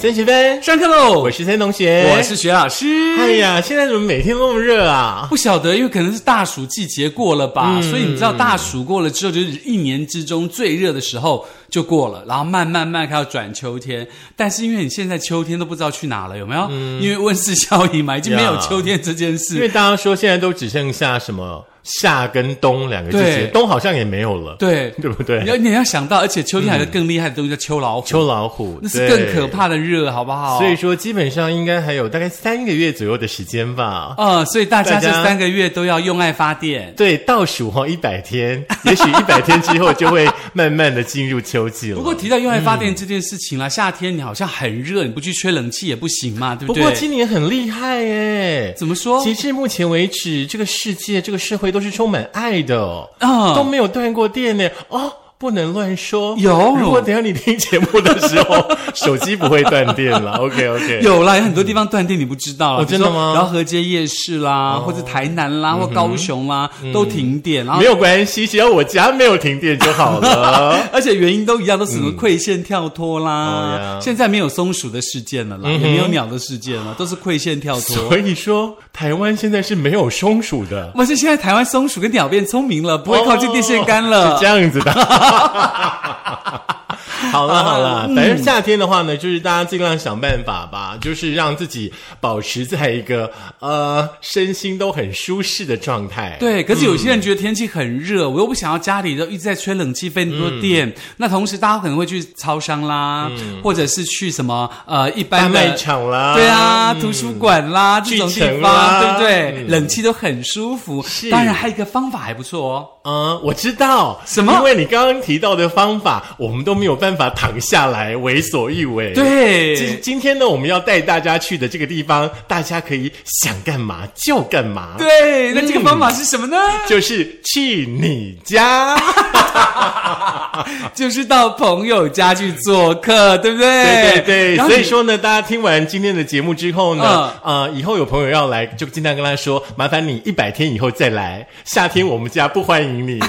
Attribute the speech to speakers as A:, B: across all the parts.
A: 升学分，
B: 上课喽！
A: 我是森同学，
B: 我是。学老师。
A: 哎呀，现在怎么每天都那么热啊？
B: 不晓得，因为可能是大暑季节过了吧，
A: 嗯
B: 所以你知道大暑过了之后，就是一年之中最热的时候就过了，然后慢慢慢开始转秋天。但是因为你现在秋天都不知道去哪了，有没有？
A: 嗯
B: 因为温室效应嘛，已经没有
A: 呀
B: 秋天这件事。
A: 因为大家说现在都只剩下什么夏跟冬两个季节，
B: 对
A: 冬好像也没有了，
B: 对
A: 对不
B: 你要
A: 对？
B: 你要想到，而且秋天还有更厉害的东西叫秋老虎，
A: 秋老虎
B: 那是更
A: 对
B: 可怕的热，好不好？
A: 所以说，基本上应该还有大概三个月左右的时间吧。
B: 呃，所以大家这
A: 大家
B: 三个月都要用爱发电。
A: 对，倒数哈一百 天，也许一百天之后就会慢慢的进入秋季了。
B: 不过提到用爱发电这件事情啦，夏天你好像很热，你不去吹冷气也不行嘛，对
A: 不
B: 对？
A: 过今年很厉害耶！
B: 怎么说？
A: 截至目前为止，这个世界、这个社会都是充满爱的哦，
B: 啊
A: 都没有断过电呢。哦，不能乱说。
B: 有
A: 如果等一下你听节目的时候，手机不会断电 了。OK OK，
B: 有啦，有很多地方断电你不知道啦，
A: 哦
B: 比如说
A: 真的吗哦嗯
B: 饶河街夜市啦，或者台南啦，或高雄啦，都停电，然后
A: 没。有关系，只要我家没有停电就好 了。
B: 而且原因都一样，都是什么溃线跳脱
A: 嗯哦嗯
B: 啦。
A: 呀
B: 现在没有松鼠的事件了啦，也没有鸟的事件了，都是溃线跳 脱。
A: 所以说，台湾现在是没有松鼠的，
B: 我是现在台湾松鼠跟鸟变聪明了，不会靠近电线杆
A: 哦
B: 了
A: 是这。样子的。 好
B: 啊
A: 了好了，
B: 嗯
A: 反正夏天的话呢，就是大家尽量想办法吧，就是让自己保持在一个呃身心都很舒适的状态。，
B: 对，可是有些人觉得天气很
A: 嗯
B: 热，我又不想要家里都一直在吹冷气，费那么多电。那同时，大家可能会去超商啦，
A: 嗯
B: 或者是去什么呃一
A: 大
B: 般的
A: 卖场啦，嗯
B: 对啊，图书馆啦，这种地
A: 去城
B: 方，
A: 啦
B: 对不对？
A: 嗯
B: 冷气都很舒服。
A: 是
B: 当然还有一个方法还不错哦。
A: 嗯，我知道
B: 什么
A: 因为你刚刚提到的方法，我们都没有办法躺下来为所欲为。。今
B: 对，
A: 今天呢，我们要带大家去的这个地方，大家可以想干嘛就干嘛。嗯
B: 对，那这个方法是什么呢？
A: 就是去你家，嗯
B: 就是到朋友家去做客，对不哎对？
A: 对对对，
B: 然后
A: 所
B: 你嗯
A: 以。说呢，大家听完今天的节目之后呢，呃，以后有朋友要来，就尽量跟他说，麻烦你一百天以后再来，夏天我们家不欢迎 你。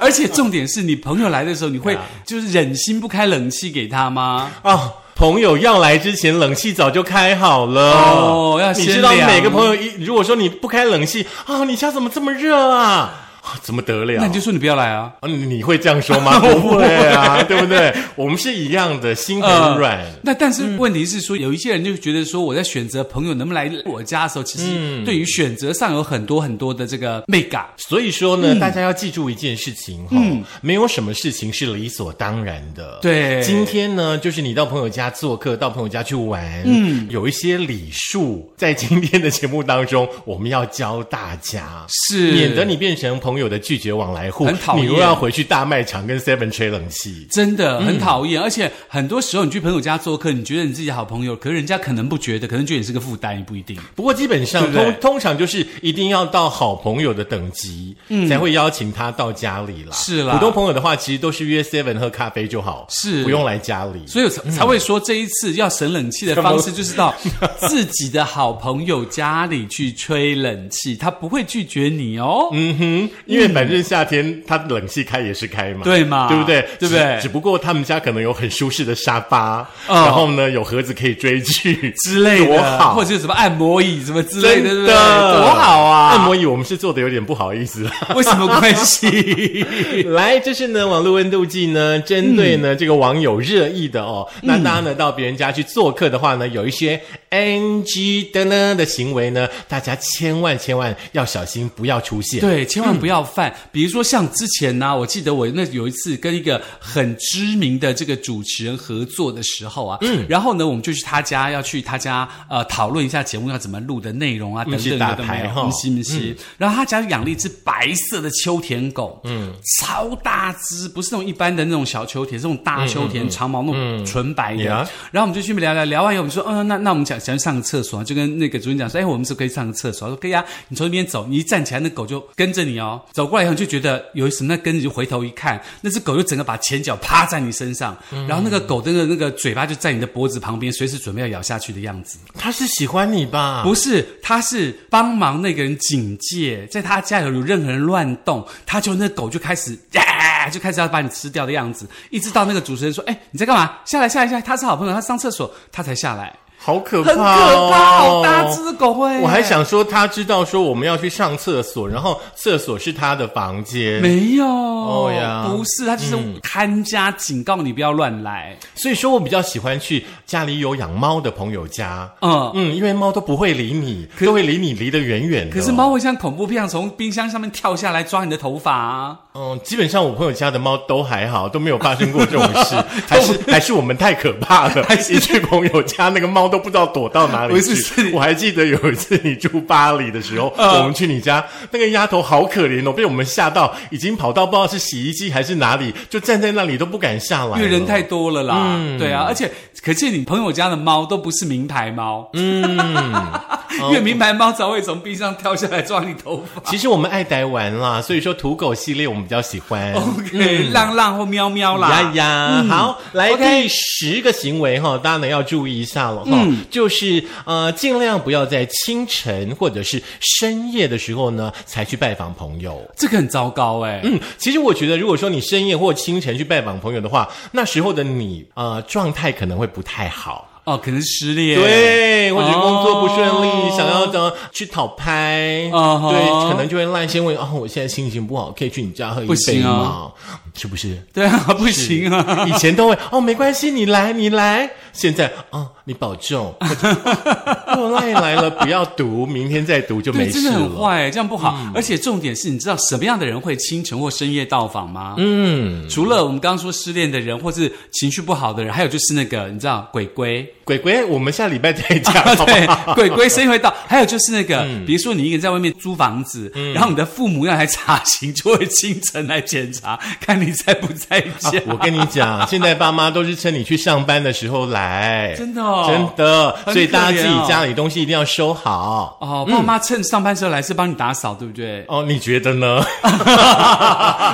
B: 而且重点是你朋友来的时候，你
A: 啊
B: 会就是忍心不开冷气给他吗？
A: 哦，朋友要来之前，冷气早就开好了。
B: 哦要
A: 你
B: 先
A: 知道
B: 凉
A: 每个朋友一，如果说你不开冷气啊、你家怎么这么热啊？啊怎么得了？
B: 那你就说你不要来啊。
A: 啊你你会这样说 吗？不会啊，对不对？我们是一样的，心很软。
B: 嗯
A: 嗯
B: 那但是问题是说，有一些人就觉得说，我在选择朋友能不能来我家的时候，其实
A: 嗯
B: 对于选择上有很多很多的这个媚感。
A: 所以说
B: 嗯
A: 呢，大家要记住一件事情哈、没有什么事情是理所当然的。
B: 对
A: 今天呢，就是你到朋友家做客，到朋友家去玩，嗯，有一些礼数，在今天的节目当中， 我们要教大家，
B: 是
A: 免得你变成朋友的拒绝往来户，
B: 很讨厌
A: 你又要回去大卖场跟 Seven 吹冷气。
B: 真的
A: 嗯
B: 很讨厌，而且很多时候你去朋友家做客，你觉得你自己好朋友，可是人家可能不觉得，可能觉得你是个负担，也不一定。
A: 不过基本上
B: 对不对
A: 通通常就是一定要到好朋友的等级，才会邀请他到家里啦。
B: 嗯是啦
A: 普通朋友的话，其实都是约 Seven 喝咖啡就好，
B: 是
A: 不用来家里。
B: 所以我才才会说这一次要省冷气的方式，就 是到自己的好朋友家里去吹冷气，他不会拒绝你哦。
A: 嗯哼，因为反正夏天它冷气开也是开嘛，
B: 对嘛
A: 对不对？
B: 对不对
A: 只只不过他们家可能有很舒适的沙发，
B: 哦
A: 然后呢有盒子可以追剧
B: 之类的，
A: 多好，
B: 或者是什么按摩椅什么之类
A: 真
B: 的，对
A: 的
B: 不对？多好啊！
A: 按摩椅我们是做的有点不好意思了。啊
B: 为什么关系？
A: 来，这是呢网络温度计呢，针对
B: 嗯
A: 呢、这个网友热议的哦。那大家呢到别人家去做客的话呢，有一些 NG 的呢的行为呢，大家千万千万要小心，不要出现。
B: 对，千万不
A: 嗯
B: 要犯。比如说像之前呢、我记得我那有一次跟一个很知名的这个主持人合作的时候啊，嗯，然后呢，我们就去他家，要去他家呃讨论一下节目要怎么录的内容啊，等
A: 嗯是
B: 等
A: 打
B: 有的没
A: 牌
B: 有
A: 哈
B: 嗯是不是？然后他家养了一只白色的秋田狗，嗯，超大只，不是那种一般的那种小秋田，是那种大秋田，长毛那种纯白的。
A: 呀
B: 然后我们就去聊聊聊完以后，我们说，嗯，那那我们想想去上个厕所啊，就跟那个主任讲说，哎，我们是不是可以上个厕所，他说可以啊。你从那边走，你一站起来，那狗就跟着你哦，走过来以后你就觉得有什么在跟着，你就回头一看，那只狗就整个把前脚趴在你身上，然后那个狗的那个那个嘴巴就在你的脖子旁边，随时准备要咬下去的样子。
A: 他是喜欢你吧？
B: 不是，他是帮忙那个人警戒，在他家有有任何人乱动，他就那狗就开始。呀啪就开始要把你吃掉的样子，一直到那个主持人说：“哎，你在干嘛？下来，下来，下来！他是好朋友，他上厕所，他才下来。”
A: 好可怕、
B: 很可
A: 哦，
B: 怕，好大只的狗哎会。
A: 我还想说，他知道说我们要去上厕所，然后厕所是他的房间，
B: 没有，
A: 哦呀嗯
B: 不是，他就是看家警告你不要乱来。
A: 所以说我比较喜欢去家里有养猫的朋友家。
B: 嗯，
A: 嗯，因为猫都不会理你，都会离你离得远远的。
B: 可是，猫会像恐怖片一样从冰箱上面跳下来抓你的头发、啊。
A: 嗯，基本上我朋友家的猫都还好，都没有发生过这种 事。还是还是我们太可怕了，还是去朋友家那个猫都不知道躲到哪里
B: 不
A: 去。
B: 是是
A: 我还记得有一次你住巴黎的时候，
B: 嗯
A: 我们去你家，那个丫头好可怜哦，被我们吓到，已经跑到不知道是洗衣机还是哪里，就站在那里都不敢下来。
B: 因为人太多了啦，
A: 嗯
B: 对啊，而且可是你朋友家的猫都不是名牌猫，嗯，
A: 哦
B: 因为名牌猫早会从冰上跳下来抓你头发。
A: 其实我们爱呆玩啦，所以说土狗系列我们比较喜欢。
B: 哦 OK，、浪浪或喵喵啦，
A: 嗯
B: 嗯
A: 呀呀，好，来
B: OK 嗯
A: 第十个行为哈，大家呢要注意一下了哈，就是呃，尽量不要在清晨或者是深夜的时候呢才去拜访朋友。
B: 这个很糟糕哎、
A: 嗯，其实我觉得，如果说你深夜或清晨去拜访朋友的话，那时候的你呃状态可能会不太好。
B: 哦，可能失恋，
A: 对，或者
B: 哦
A: 工作不顺利，想要等去讨拍，
B: 嗯哼
A: 对，可能就会赖先问哦，我现在心情不好，可以去你家喝一
B: 不
A: 杯
B: 行啊
A: 吗？是不是？
B: 对啊，不行啊，
A: 以前都会哦，没关系，你来，你来。现在哦，你保 重。我就哦赖来了，不要读，明天再读就没
B: 对，真
A: 事
B: 的很
A: 了。嗯
B: 坏、欸这样不好。而且重点是，你知道什么样的人会清晨或深夜到访吗？
A: 嗯，
B: 除了我们刚刚说失恋的人，或是情绪不好的人，还有就是那个你知道鬼鬼。
A: 鬼鬼，我们下礼拜再讲，
B: 啊，
A: 好不好？
B: 对，鬼鬼声音会到。还有就是那个，
A: 嗯
B: 比如说你一个人在外面租房子，然后你的父母要来查询，就会清晨来检查，看你在不在家。
A: 我跟你讲，现在爸妈都是趁你去上班的时候来，
B: 真的哦
A: 真的，
B: 很
A: 所以大家
B: 可怜
A: 自己
B: 哦
A: 家里东西一定要收好。
B: 哦，爸妈趁上班时候来是帮你打扫，对不对、
A: 哦，你觉得 呢？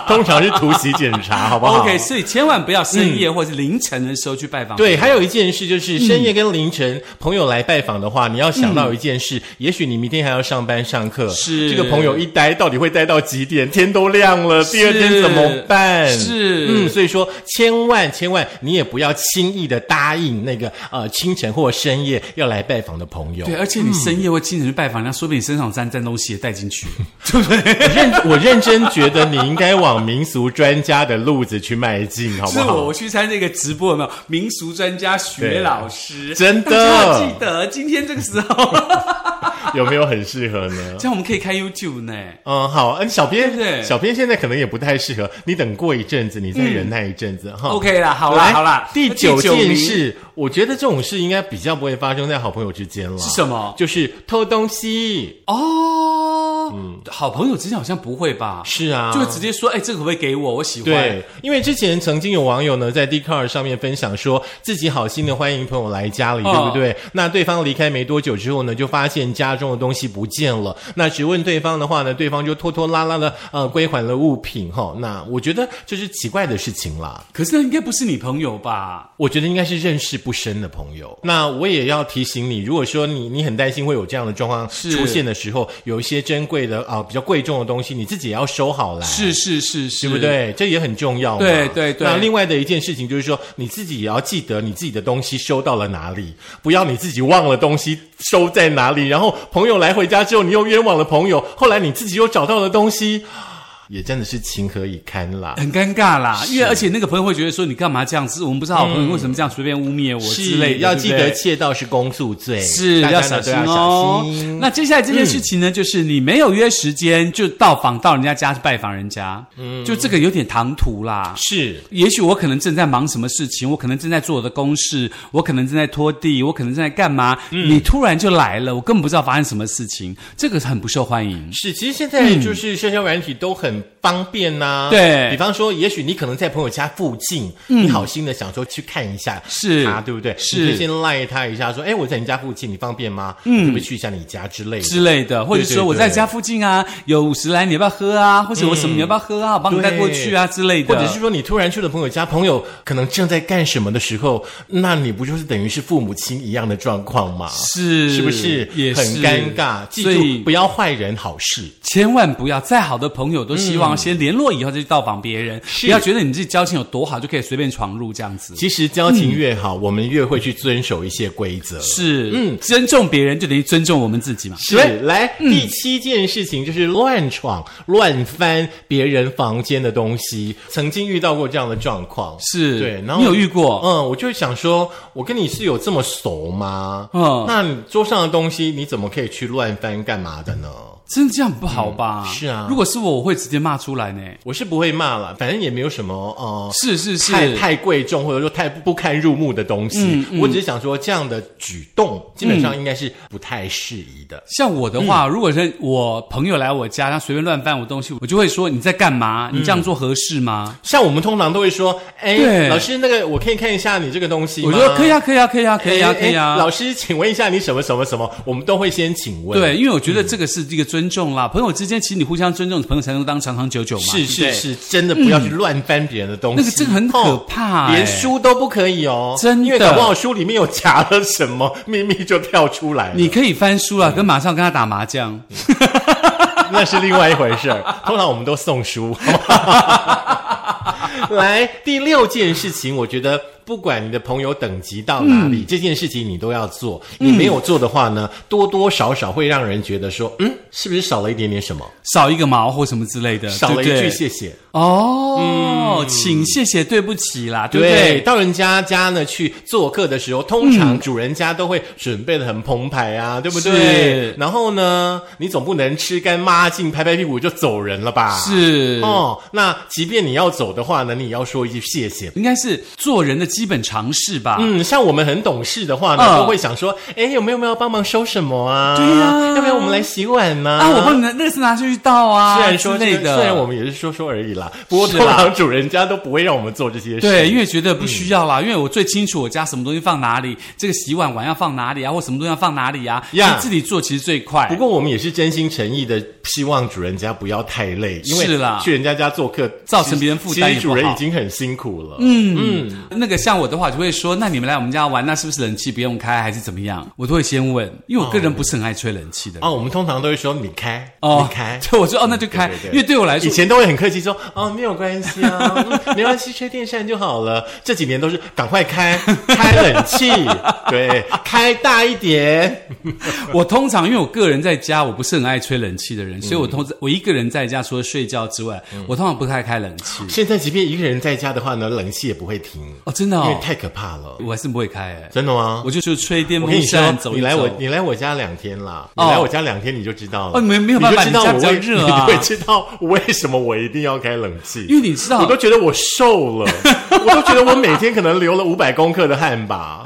A: 通常是突袭检查，好不好
B: o k 所以千万不要深夜或者凌晨的时候去拜访。
A: 嗯对，还有一件事就是
B: 嗯
A: 深夜跟凌晨、朋友来拜访的话，你要想到一件事，也许你明天还要上班上课，
B: 嗯是
A: 这个朋友一待到底会待到几点？天都亮了，第二天怎么办？
B: 是
A: 嗯，所以说千万千万你也不要轻易的答应那个呃清晨或深夜要来拜访的朋友
B: 对，。而且你深夜或清晨去拜访，那说不定你身上有沾沾东西也带进去，对不
A: 我
B: 对？
A: 认我认真觉得你应该往民俗专家的路子去迈进，好不
B: 是我，
A: 好
B: 我？去参加一个直播，有没有民俗专家
A: 对
B: 学老师？
A: 真的
B: 大家要记得今天这个时 候，
A: 有没有很适合呢？
B: 这样我们可以开 YouTube 呢。
A: 嗯，好，嗯，小编，
B: 对不对
A: 小编现在可能也不太适合，你等过一阵子，你再忍耐一阵子 哈。
B: OK 啦，嗯好
A: 来
B: 啦，好啦，
A: 第九件
B: 名
A: 事，我觉得这种事应该比较不会发生在好朋友之间了。
B: 是什么？
A: 就是偷东西。
B: 哦，好朋友之间好像不会吧？
A: 是嗯啊，
B: 就会直接说，哎，这个可不可以给我？我喜欢
A: 对。，因为之前曾经有网友呢在 d c a r 上面分享说，自己好心的欢迎朋友来家里，
B: 哦
A: 对不对？那对方离开没多久之后呢，就发现家中的东西不见了。那质问对方的话呢，对方就拖拖拉拉的呃归还了物品哈、那我觉得这是奇怪的事情啦。
B: 可是那应该不是你朋友吧？
A: 我觉得应该是认识不深的朋友。那我也要提醒你，如果说你你很担心会有这样的状况
B: 是
A: 出现的时候，有一些珍贵的啊、比较贵重的东西，你自己也要收好来。
B: 是是是是，
A: 对不？对？这也很重要嘛。
B: 对对对
A: 那另外的一件事情就是说，你自己也要记得你自己的东西收到了哪里，不要你自己忘了东西收在哪里，然后朋友来回家之后，你又冤枉了朋友，后来你自己又找到了东西，也真的是情何以堪 啦。
B: 很尴尬啦，因为而且那个朋友会觉得说你干嘛这样子？我们不是好朋友，为什么这样随便污蔑我
A: 嗯是
B: 之类的？
A: 要
B: 对不
A: 记
B: 对
A: 得窃盗是公诉罪，
B: 是
A: 大家
B: 要
A: 呢
B: 小
A: 都
B: 心哦
A: 小心。
B: 那接下来这件事情呢，就是你没有约时间就到访到人家家去拜访人家，嗯，就这个有点唐突啦。
A: 是。
B: 也许我可能正在忙什么事情，我可能正在做我的公事，我可能正在拖地，我可能正在干嘛，
A: 嗯
B: 你突然就来了，我根本不知道发生什么事情，这个很不受欢迎。
A: 是，其实现在就是社交软体都很方便呐、
B: 嗯对嗯
A: 比方说，也许你可能在朋友家附近，你好心的想说去看一下
B: 是
A: 他，啊对不对？
B: 是
A: 你可以先赖他一下，说，哎，我在你家附近，你方便吗？嗯，可不可以去一下你家之类的？
B: 之类的，或者
A: 对对
B: 说我在家附近啊，有五十来，你要不要喝啊？或者我什么你要不要喝啊？我帮你带过去啊之类的，
A: 嗯或者是说你突然去了朋友家，朋友可能正在干什么的时候，那你不就是等于是父母亲一样的状况吗？
B: 是
A: 是不是
B: 也
A: 很
B: 是
A: 尴尬？记
B: 所以嗯
A: 住，不要坏人好事。
B: 千万不要，再好的朋友都希望要先联络以后再去到访别人，
A: 嗯是
B: 不要觉得你自己交情有多好就可以随便闯入这样子。
A: 其实交情越好，我们越会去遵守一些规则。
B: 是，嗯，尊重别人就等于尊重我们自己嘛。
A: 是，来、第七件事情就是乱闯、乱翻别人房间的东西，曾经遇到过这样的状况。
B: 是，
A: 对，然后
B: 你有遇过？
A: 嗯，我就想说，我跟你是有这么熟吗？
B: 嗯
A: 那你桌上的东西你怎么可以去乱翻干嘛的呢？
B: 真的这样很不好吧？
A: 嗯是啊
B: 如果是我，我会直接骂出来呢。
A: 我是不会骂了，反正也没有什么呃。
B: 是是是，嗯
A: 太太贵重，或者说太不不堪入目的东西，我只是想说，这样的举动基本上应该是不太适宜的。
B: 像我的话，如果是我朋友来我家，他随便乱翻我东西，我就会说你在干嘛？
A: 嗯
B: 你这样做合适吗？
A: 像我们通常都会说，哎，
B: 对
A: 老师，那个我可以看一下你这个东西吗
B: 我觉得可以啊，可以啊，可以啊，可以啊，
A: 哎
B: 可以
A: 哎
B: 啊。
A: 老师，请问一下你什么什么什么，我们都会先请问。
B: 对，因为我
A: 嗯
B: 觉得这个是一个尊重啦，朋友之间其实你互相尊重，朋友才能当长长久久嘛。
A: 是
B: 对
A: 是
B: 不对。
A: 是，真的不要去乱翻别人的东西，
B: 那个真的很可怕
A: 哦连
B: 哎
A: 书都不可以哦，
B: 真的
A: 因为搞不好书里面有夹了什么 秘密就跳出来了，
B: 你可以翻
A: 嗯
B: 书啦，跟马上跟他打麻将。
A: 那是另外一回 事儿。通常我们都送书。好不好来，第六件事情，我觉得不管你的朋友等级到哪
B: 嗯
A: 里，这件事情你都要做。你没有做的话呢，多多少少会让人觉得说，嗯，是不是少了一点点什么，
B: 少一个毛或什么之类的，
A: 少了一
B: 呃对不
A: 句
B: 对
A: 谢谢。
B: 哦，请谢谢，对不起啦，对不
A: 对，
B: 对？嗯
A: 到人家家呢去做客的时候，通常主人家都会准备的很澎湃啊，对不对
B: 是？
A: 然后呢，你总不能吃干抹净、拍拍屁股就走人了吧？。
B: 是，
A: 哦，那即便你要走的话呢，你也要说一句谢谢。
B: 应该是做人的基本常识吧。
A: 嗯，像我们很懂事的话呢，
B: 嗯
A: 都会想说，哎，有没有没有帮忙收什么啊？
B: 对呀
A: 要不要我们来洗碗呢、
B: 啊，我帮你拿，那个是拿去倒啊，
A: 虽然说
B: 之
A: 这
B: 类
A: 个
B: 的，
A: 虽然我们也是说说而已啦，不过
B: 是
A: 通
B: 啦
A: 常主人家都不会让我们做这些事。
B: 对，因为觉得不需要
A: 嗯
B: 啦，因为我最清楚我家什么东西放哪里，这个洗碗碗要放哪里啊，或什么东西要放哪里啊，
A: 呀
B: 你自己做其实最快
A: 不。过我们也是真心诚意的，希望主人家不要太累，因为
B: 是啦
A: 去人家家做客，
B: 造成别人负担
A: 其
B: 也
A: 实
B: 不好
A: 主人已经很辛苦了。嗯，
B: 嗯，那个像我的话，就会说，那你们来我们家玩，那是不是冷气不用开，还是怎么样？我都会先问，因为我个人不是很爱吹冷气的人。
A: 啊，我们通常都会说你开，哦你开。
B: 对，我说哦，那就开
A: 对对，对
B: 因为对我来
A: 以
B: 说，
A: 前都会很客气说哦，没有关系啊， 嗯没关系，吹电扇就好了。这几年都是赶快 开，开冷气，对，开大一点。
B: 我通常因为我个人在家，我不是很爱吹冷气的人，所以我通
A: 嗯
B: 我一个人在家，除了睡觉之外，我通常不太开冷气。
A: 现在即便一个人在家的话呢，冷气也不会停，
B: 哦，真的
A: 因为
B: 哦，
A: 太可怕了。
B: 我还是不会开哎，
A: 真的吗？
B: 我就就吹电
A: 我跟
B: 风
A: 你说
B: 扇，走一
A: 你来
B: 走
A: 我你来我家两天啦，
B: 哦
A: 你来我家两天你就知道了。
B: 哦你们没有办法
A: 你就知道我
B: 你家
A: 为
B: 比较热啊
A: 你会知道为什么我一定要开冷气，
B: 因为你知道
A: 我都觉得我瘦 了，我都觉得我每天可能流了五百公克的汗 吧。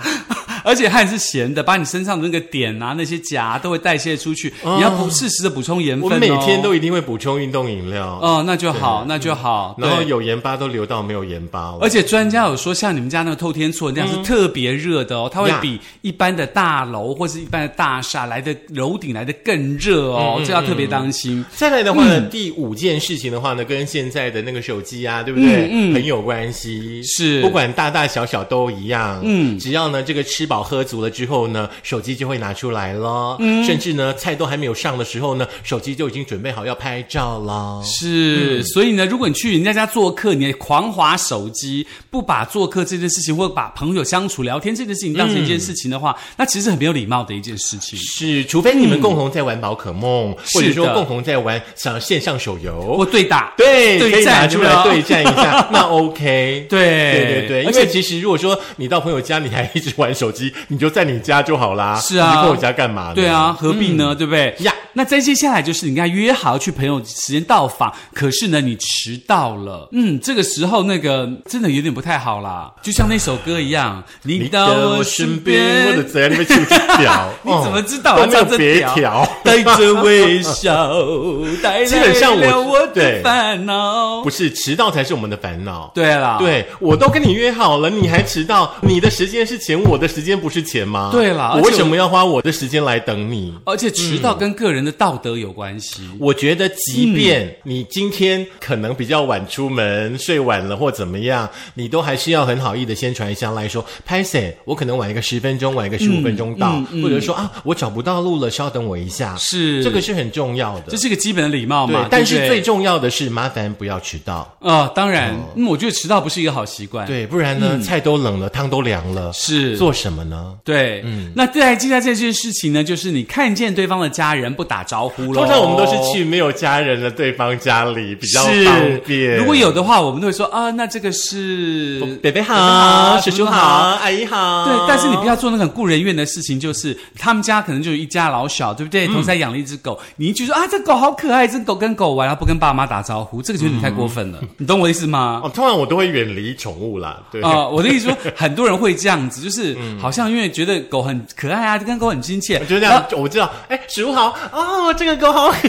B: 而且汗是咸的，把你身上的那个点啊、那些钾、都会代谢出去。你要不适时的补充盐
A: 哦我
B: 分、哦，
A: 每天都一定会补充运动饮料，
B: 哦，那就好，那就好。
A: 嗯然后
B: 对。
A: 有盐巴都流到没有盐巴了
B: 而。且专家有说，像你们家那个透天厝那样是特别热的哦，它会
A: 嗯呀
B: 比一般的大楼或是一般的大厦来的楼顶来的更热哦，
A: 嗯
B: 这要特别当心。
A: 再来的话呢，第五件事情的话呢，跟现在的那个手机啊，对不对？嗯，很有关系。
B: 是
A: 不管大大小小都一样。嗯，只要呢这个吃饱喝足了之后呢，手机就会拿出来了。嗯，甚至呢菜都还没有上的时候呢，手机就已经准备好要拍照了。
B: 是，
A: 嗯
B: 所以呢，如果你去人家家做客，你狂划手机，不把做客这件事情，或把朋友相处聊天这件事情当成一
A: 嗯
B: 件事情的话，
A: 哦
B: 那其实很没有礼貌的一件事情。
A: 是，除非你们共同在玩宝可梦，或者
B: 是
A: 说
B: 的
A: 共同在玩像线上手游
B: 或，对打，
A: 对，可
B: 对
A: 以拿
B: 战
A: 出来对
B: 对
A: 战一下，那 OK。对对
B: 对
A: 对，因
B: 哎而
A: 为
B: 且
A: 其实如果说你到朋友家，你还一直玩手机，你就在你家就好啦。
B: 是啊
A: 你去朋友家干嘛呢？
B: 对，啊，何必呢？对不对？
A: 嗯呀
B: 那再接下来就是你看约好去朋友时间到访，可是呢你迟到了，嗯，这个时候那个真的有点不太好啦，就像那首歌一样，你
A: 你
B: 到
A: 到
B: 我
A: 我
B: 身
A: 身
B: 边
A: 边，我的。嘴里面就条，
B: 你怎么知道
A: 哦
B: 我
A: 都没
B: 唱
A: 有
B: 这
A: 别
B: 条
A: 条？
B: 带着微笑，带来
A: 基本上我
B: 了我的
A: 对
B: 烦 恼
A: 不。是迟到才是我们的烦恼。
B: 对啊啦，
A: 对，我都跟你约好了，你还迟到，你的时间是钱，我的时间不是钱吗？
B: 对啦
A: 我
B: 而且
A: 为什么要花我的时间来等你？
B: 而且迟到跟个人人的道德有关系。
A: 我觉得，即
B: 嗯
A: 便你今天可能比较晚出门、睡晚了或怎么样，你都还是要很好意的先传一下来说 p a s s 我可能晚一个十分钟，晚一个十五分钟到，或者说啊，我找不到路了，稍等我一下。
B: 嗯是
A: 这个是很重要的
B: 这。是一个基本的礼貌嘛
A: 对，？但
B: 对
A: 是
B: 不对
A: 最重要的是，麻烦不要迟到。
B: 啊、当然，嗯，我觉得迟到不是一个好习惯。，
A: 对，不然呢，菜都冷了，汤都凉了，
B: 嗯是
A: 做什么呢？
B: 对，嗯，那再记下这件事情呢，就是你看见对方的家人不打招呼了。
A: 通常我们都是去没有家人的对方家里，比较
B: 是
A: 方便。
B: 如果有的话，我们都会说啊，那这个是
A: 北北好，
B: 什
A: 叔叔
B: 么都
A: 好，阿姨好。
B: 对，但是你不要做那个很顾人怨的事情，就是他们家可能就有一家老小，对不
A: 嗯
B: 对？同时还养了一只狗，你一句说啊，这狗好可爱，这狗跟狗玩，然后不跟爸妈打招呼，这个就是你太过分 了，你懂我的意思吗？
A: 哦，通常我都会远离宠物啦。对，
B: 啊、我的意思说，很多人会这样子， 就是好像因为觉得狗很可爱啊，跟狗很亲切，
A: 就这样，我知道。哎，食物好哦，这个狗 好可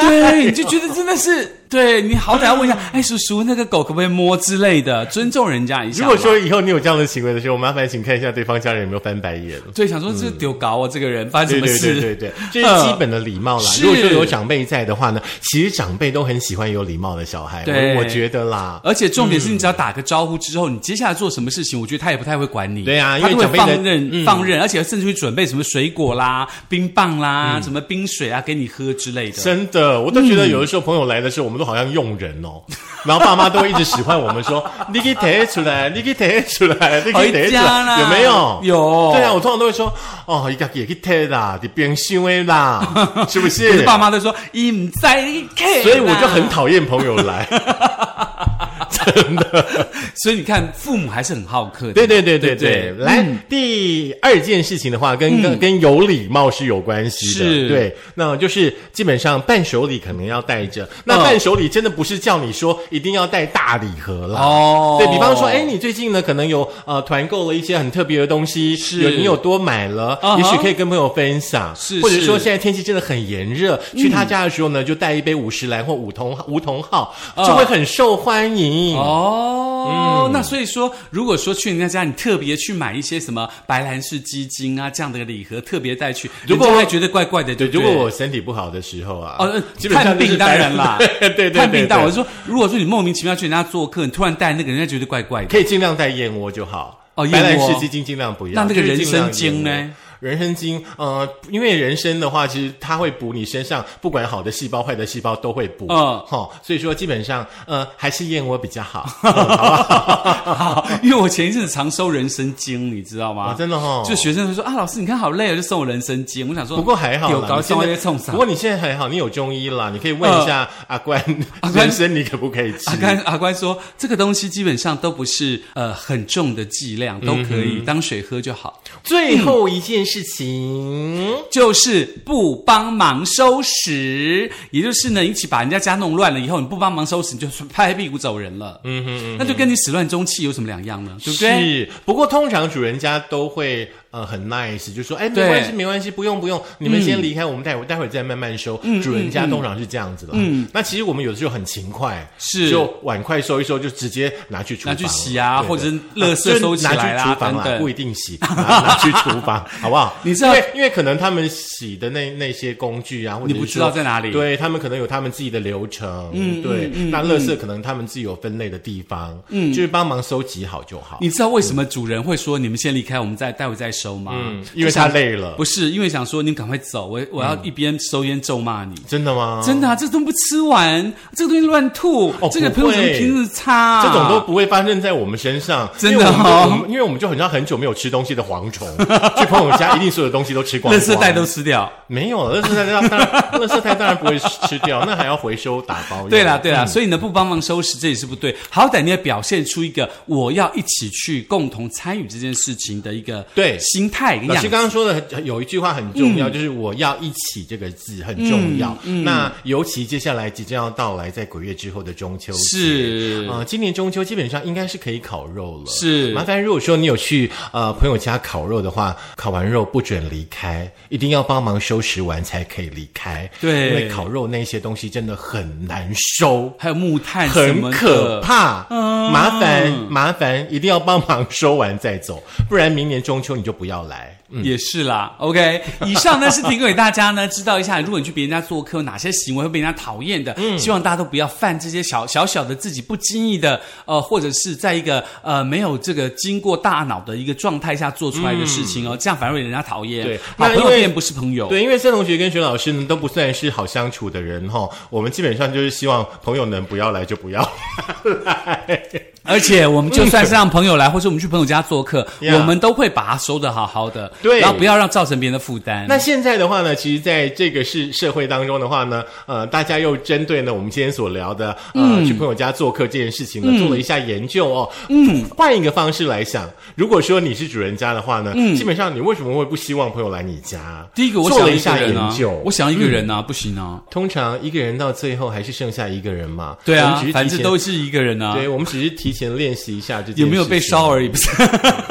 A: 爱。
B: 对，你就觉得真的是，对你好歹 要问一下，哎，叔叔，那个狗可不可以摸之类的，尊重人家一下
A: 如果
B: 嘛。
A: 说以后你有这样的行为的时候，麻烦请看一下对方家人有没有翻白眼。
B: 对，想说这丢搞我这个人发生
A: 对
B: 什
A: 对
B: 么事？嗯
A: 对对对，这是基本的礼貌啦。
B: 是
A: 如果说有长辈在的话呢，其实长辈都很喜欢有礼貌的小孩，
B: 对
A: 我我觉得啦。
B: 而且重点是你只要打个招呼之后，你接下来做什么事情，我觉得他也不太会管你。
A: 对啊因
B: 他
A: 为
B: 都会
A: 长辈的
B: 放任、
A: 嗯
B: 放任，而且甚至会准备什么水果啦、冰
A: 嗯
B: 棒啦、什么冰水啊给你喝之类的。
A: 真的，我都觉得有的时候朋友来的时候，我们都好像佣人哦。然后爸妈都会一直使唤我们说：“ 你给抬出来，你给抬出来，你给抬
B: 回
A: 出
B: 家
A: 来。”
B: 啦，
A: 啊有没有？
B: 有。
A: 对啊，，我通常都会说：“哦，一个也去贴啦，你变修的啦，是不
B: 可
A: 是
B: 是？”爸妈都说一唔在，你看
A: 所以我就
B: 啦
A: 很讨厌朋友来。
B: 所以你看，父母还是很好客的。
A: 对对对对
B: 对
A: 对，
B: 对
A: 来、第二件事情的话，跟跟跟有礼貌是有关系的。
B: 是
A: 对，那就是基本上伴手礼可能要带着。那
B: 嗯
A: 伴手礼真的不是叫你说一定要带大礼盒啦。
B: 哦
A: 对比方说，哎，你最近呢可能有呃团购了一些很特别的东西，
B: 是
A: 有你有多买了，
B: 嗯哼
A: 也许可以跟朋友分享。
B: 是
A: 或者说
B: 是
A: 现在天气真的很炎热，去他家的时候呢，就带一杯五十兰或五同五同号，
B: 啊
A: 就会很受欢迎。
B: 哦，
A: 嗯
B: 那所以说，如果说去人家家，你特别去买一些什么白兰氏鸡精啊这样的礼盒，特别带去，
A: 如果
B: 人家还觉得怪怪的，
A: 对，
B: 对不
A: 如
B: 对，
A: 果我身体不好的时候啊，
B: 哦，呃
A: 基本上
B: 探
A: 就是，
B: 病当然啦
A: 对对对，
B: 探病当然。我
A: 对
B: 是说，如果说你莫名其妙去人家做客，你突然带那个，人家觉得怪怪 的。
A: 可以尽量带燕窝就好。
B: 哦
A: 白兰
B: 燕窝
A: 氏鸡精尽量不要。
B: 那那个
A: 就是
B: 人
A: 尽量
B: 参精呢
A: 燕窝？人参精，呃，因为人参的话，其实它会补你身上不管好的细胞、坏的细胞都会补，
B: 嗯
A: 哦，所以说基本上，呃，还是燕窝比较 好，嗯好不好？
B: 好，因为我前一阵子常收人参精，你知道吗？
A: 啊真的哦
B: 就学生会说啊，老师你看好累哦，就送我人参精。我想说，
A: 不过还好
B: 有
A: 啦，
B: 高
A: 你现
B: 兴
A: 在
B: 在冲啥
A: 不？过你现在还好，你有中医啦，你可以问一下阿关，
B: 阿关
A: 人参你可不可以吃
B: 阿？甘阿关说，这个东西基本上都不是呃很重的剂量，都可
A: 嗯
B: 以、当水喝就好。
A: 最后一件事情，
B: 就是不帮忙收拾，也就是呢，一起把人家家弄乱了以后，你不帮忙收拾，你就拍屁股走人了。嗯哼那就跟你始乱终弃有什么两样呢？对不对？
A: 是，不过通常主人家都会呃很 nice，就说哎没
B: 对嗯
A: 关系没关系，不用不用，你们先离开，我们待会待会再慢慢收。主人家通常是这样子的。嗯，那其实我们有的时候很勤快，
B: 是
A: 就碗筷收一收，就直接拿去厨
B: 拿
A: 房
B: 去
A: 了
B: 洗啊
A: 对
B: 或者是
A: 对
B: 垃圾
A: 就
B: 收起来
A: 拿去
B: 啦
A: 厨房
B: 等
A: 啦，
B: 等
A: 不一定洗，拿拿去厨房好不好？
B: 你知
A: 因
B: 道
A: 为因为可能他们洗的那那些工具啊，或者
B: 你
A: 是
B: 不知
A: 说
B: 道在哪里
A: 对他们可能有他们自己的流程，嗯，对，那垃圾可能他们自己有分类的地方，嗯，就是帮忙收集好就好。
B: 你知道为什么主人会说你们先离开，我们再待会再收吗？
A: 嗯，因为他累了嗯
B: 不。是因为想说你赶快走，我我要一边收烟咒骂你。
A: 真的吗？
B: 真的啊，这东西不吃完，这个东西乱吐，
A: 哦
B: 这个
A: 不
B: 朋
A: 会
B: 友怎么平时擦、啊？
A: 这种都不会发生在我们身上，
B: 真
A: 因为
B: 的
A: 我们
B: 哦
A: 就我们因为我们就很像很久没有吃东西的蝗 虫，去朋友家一定所有东西都吃光
B: 垃
A: 光，
B: 圾袋都吃掉。
A: 没有了，垃圾袋当然， 垃圾袋当然不会吃掉，那还要回收打包用。
B: 对啦，对啦，所以呢，不帮忙收拾这也是不对。好歹你也表现出一个我要一起去共同参与这件事情的一个
A: 对
B: 心态跟
A: 老
B: 样
A: 师
B: 子。
A: 刚刚说的很有一句话很重
B: 嗯
A: 要，就是“我要一起”这个字很重要。那尤其接下来即将要到来，在鬼月之后的中秋节，
B: 是
A: 啊、今年中秋基本上应该是可以烤肉了。
B: 是
A: 麻烦如果说你有去呃朋友家烤肉的话，烤完肉不准离开，一定要帮忙收拾完才可以离开。
B: 对
A: 因为烤肉那些东西真的很难收。
B: 还有木炭什
A: 很
B: 么的嗯
A: 可怕，麻烦麻烦，一定要帮忙收完再走，不然明年中秋你就不要来。嗯
B: 也是啦，OK。以 上呢是提供给大家呢，知道一下，如果你去别人家做客，有哪些行为会被人家讨厌的。
A: 嗯
B: 希望大家都不要犯这些小小小的自己不经意的，呃，或者是在一个呃没有这个经过大脑的一个状态下做出来的事情哦，这样反而会人家讨厌。
A: 嗯对
B: 好
A: 那
B: 朋友
A: 因为
B: 变不是朋友。
A: 对，因为盛同学跟沈老师呢都不算是好相处的人哈、我们基本上就是希望朋友能不要来就不要来。
B: 而且我们就算是让朋友来，或者我们去朋友家做客，
A: Yeah
B: 我们都会把它收的好好的，
A: 嗯对
B: 然后不要让造成别人的负担。
A: 那现在的话呢，其实在这个是社会当中的话呢，呃，大家又针对呢我们今天所聊的呃、
B: 嗯
A: 去朋友家做客这件事情呢，做了一下研究哦。嗯，换一个方式来想，如果说你是主人家的话呢，基本上你为什么会不希望朋友来你家？
B: 嗯第一个，我
A: 做
B: 想
A: 了一
B: 一个
A: 下研
B: 人啊
A: 究，，嗯
B: 我想一个人啊，不行啊，
A: 通常一个人到最后还是剩下一个人嘛。
B: 对
A: 我
B: 啊
A: 们只是，
B: 反
A: 提
B: 正
A: 前
B: 都是一个人啊，
A: 对，我们只是提前练习一下这件事情。
B: 有没有被烧而已，不是。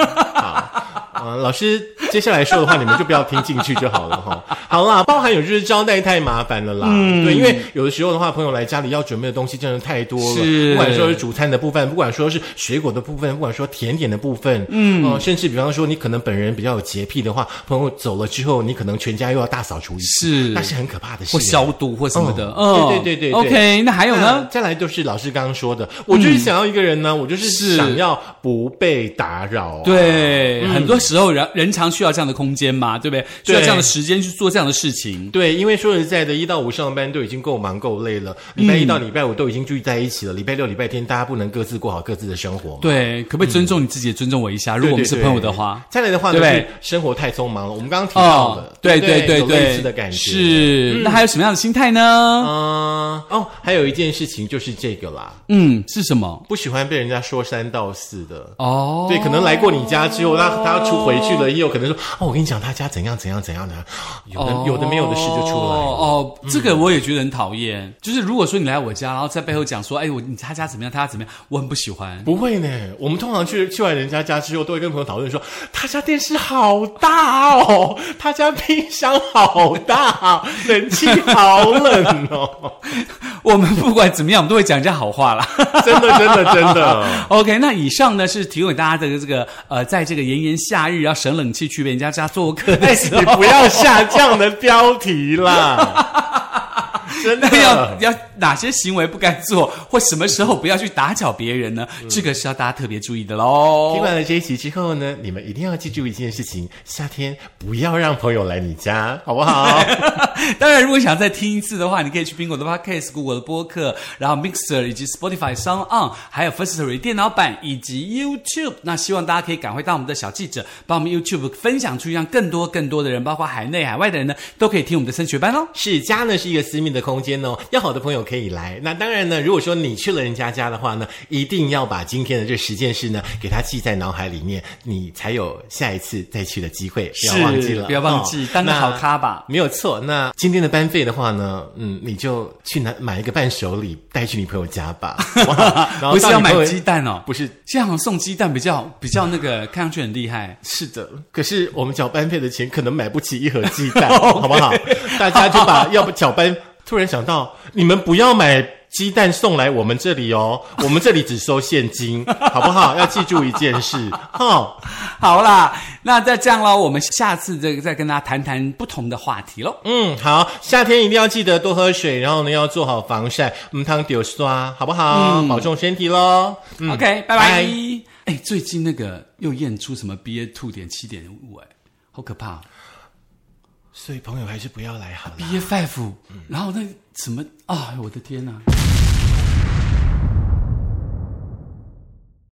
A: 啊，老师接下来说的话，你们就不要听进去就好了哈。好啦，包含有就是招待太麻烦了啦，
B: 嗯
A: 对，因为有的时候的话，朋友来家里要准备的东西真的太多了，
B: 是
A: 不管说是主餐的部分，不管说是水果的部分，不管说甜点的部分，嗯、甚至比方说你可能本人比较有洁癖的话，朋友走了之后，你可能全家又要大扫除一次，
B: 是
A: 那 是很可怕的事
B: 或
A: 啊。
B: 消毒或什么的。
A: 哦
B: 嗯
A: 对对对对嗯对
B: OK，那还有
A: 那
B: 呢？嗯
A: 再来就是老师刚刚说的，我就是想要一个人呢，我就是
B: 是
A: 想要不被打扰、啊。
B: 对，很多时候人人常需要这样的空间嘛，对不对？需要这样的时间去做这样的事情。
A: 对，因为说实在的，一到五上班都已经够忙够累了，礼拜一
B: 嗯
A: 到礼拜五都已经聚在一起了，礼拜六、礼拜天大家不能各自过好各自的生活。
B: 对，可不可以尊重你自己，也尊重我一下？如
A: 对，
B: 果我们是
A: 对
B: 朋友的话，，
A: 对再来的话呢，
B: 对不对哦
A: 是生活太匆忙了。我们刚刚提到的，
B: 对
A: 对
B: 对
A: 有类
B: 对
A: 似，的感觉。
B: 是。那还有什么样的心态呢？
A: 嗯，哦，还有一件事情就是这个啦，
B: 嗯，是什么？
A: 不喜欢被人家说三道四的。
B: 哦，
A: 对，可能来过你家之后，他他出回去了，也有可能说，哦，我跟你讲，他家怎样怎样怎样的，有的、有的没有的事就出来嗯了。
B: 哦，哦这个我也觉得很讨厌。就是如果说你来我家，然后在背后讲说，哎，我你他家怎么样，他家怎么样，我很不喜欢。
A: 不会呢，我们通常去去完人家家之后，都会跟朋友讨论说，他家电视好大哦， 他家冰箱好大，冷气好冷哦，
B: 我们不管怎么样，我们都会讲人家好话啦。
A: 真的真的真的，
B: OK，那以上呢是提供给大家的这个呃，在这个炎炎夏日要啊省冷气去人家家做客的时
A: 哎你
B: 候，
A: 不要下这样的标题啦， 真的
B: 那要要哪些行为不该做，或什么时候不要去打搅别人呢？这个是要大家特别注意的
A: 听
B: 喽。
A: 完了这一集之后呢，你们一定要记住一件事情：夏天不要让朋友来你家，好不好？
B: 当然，如果想再听一次的话，你可以去苹果的 Podcast、Google 的播客，然后 Mixer 以及 Spotify、s o n On，还有 Firstory 电脑版以及 YouTube。那希望大家可以赶快当我们的小记者，把我们 YouTube 分享出去，让更多更多的人，包括海内海外的人呢，都可以听我们的升学班哦。
A: 是家呢是一个私密的空间哦，要好的朋友可以来。那当然呢，如果说你去了人家家的话呢，一定要把今天的这十件事呢给它记在脑海里面，你才有下一次再去的机会。不要
B: 是
A: 忘记了，哦
B: 不要忘记当个
A: 那
B: 好咖吧
A: 没有错。那今天的班费的话呢，嗯，你就去拿买一个伴手礼带去你朋友家 吧。哇然
B: 不是
A: 到
B: 要
A: 你朋友
B: 买鸡蛋哦，
A: 不是。
B: 现在好像送鸡蛋比较比较那个，看上去很厉害。
A: 是的，可是我们缴班费的钱可能买不起一盒鸡 蛋，好不好？大家就 把要不缴班。突然想到，你们不要买鸡蛋送来我们这里哦，我们这里只收现 金，好不好？要记住一件事，哈、
B: 好啦，那再这样喽，我们下次这个再跟大家谈谈不同的话题喽。
A: 嗯，好，夏天一定要记得多喝水，然后呢要做好防晒，嗯，汤丢刷，好不好？保重身体喽。嗯
B: OK，拜拜
A: 拜。
B: 哎，最近那个又验出什么 BA two 点七点五，哎，好可怕、哦、
A: 所以朋友还是不要来好了。
B: ，BA five，然后那什么啊、哎我的天呐、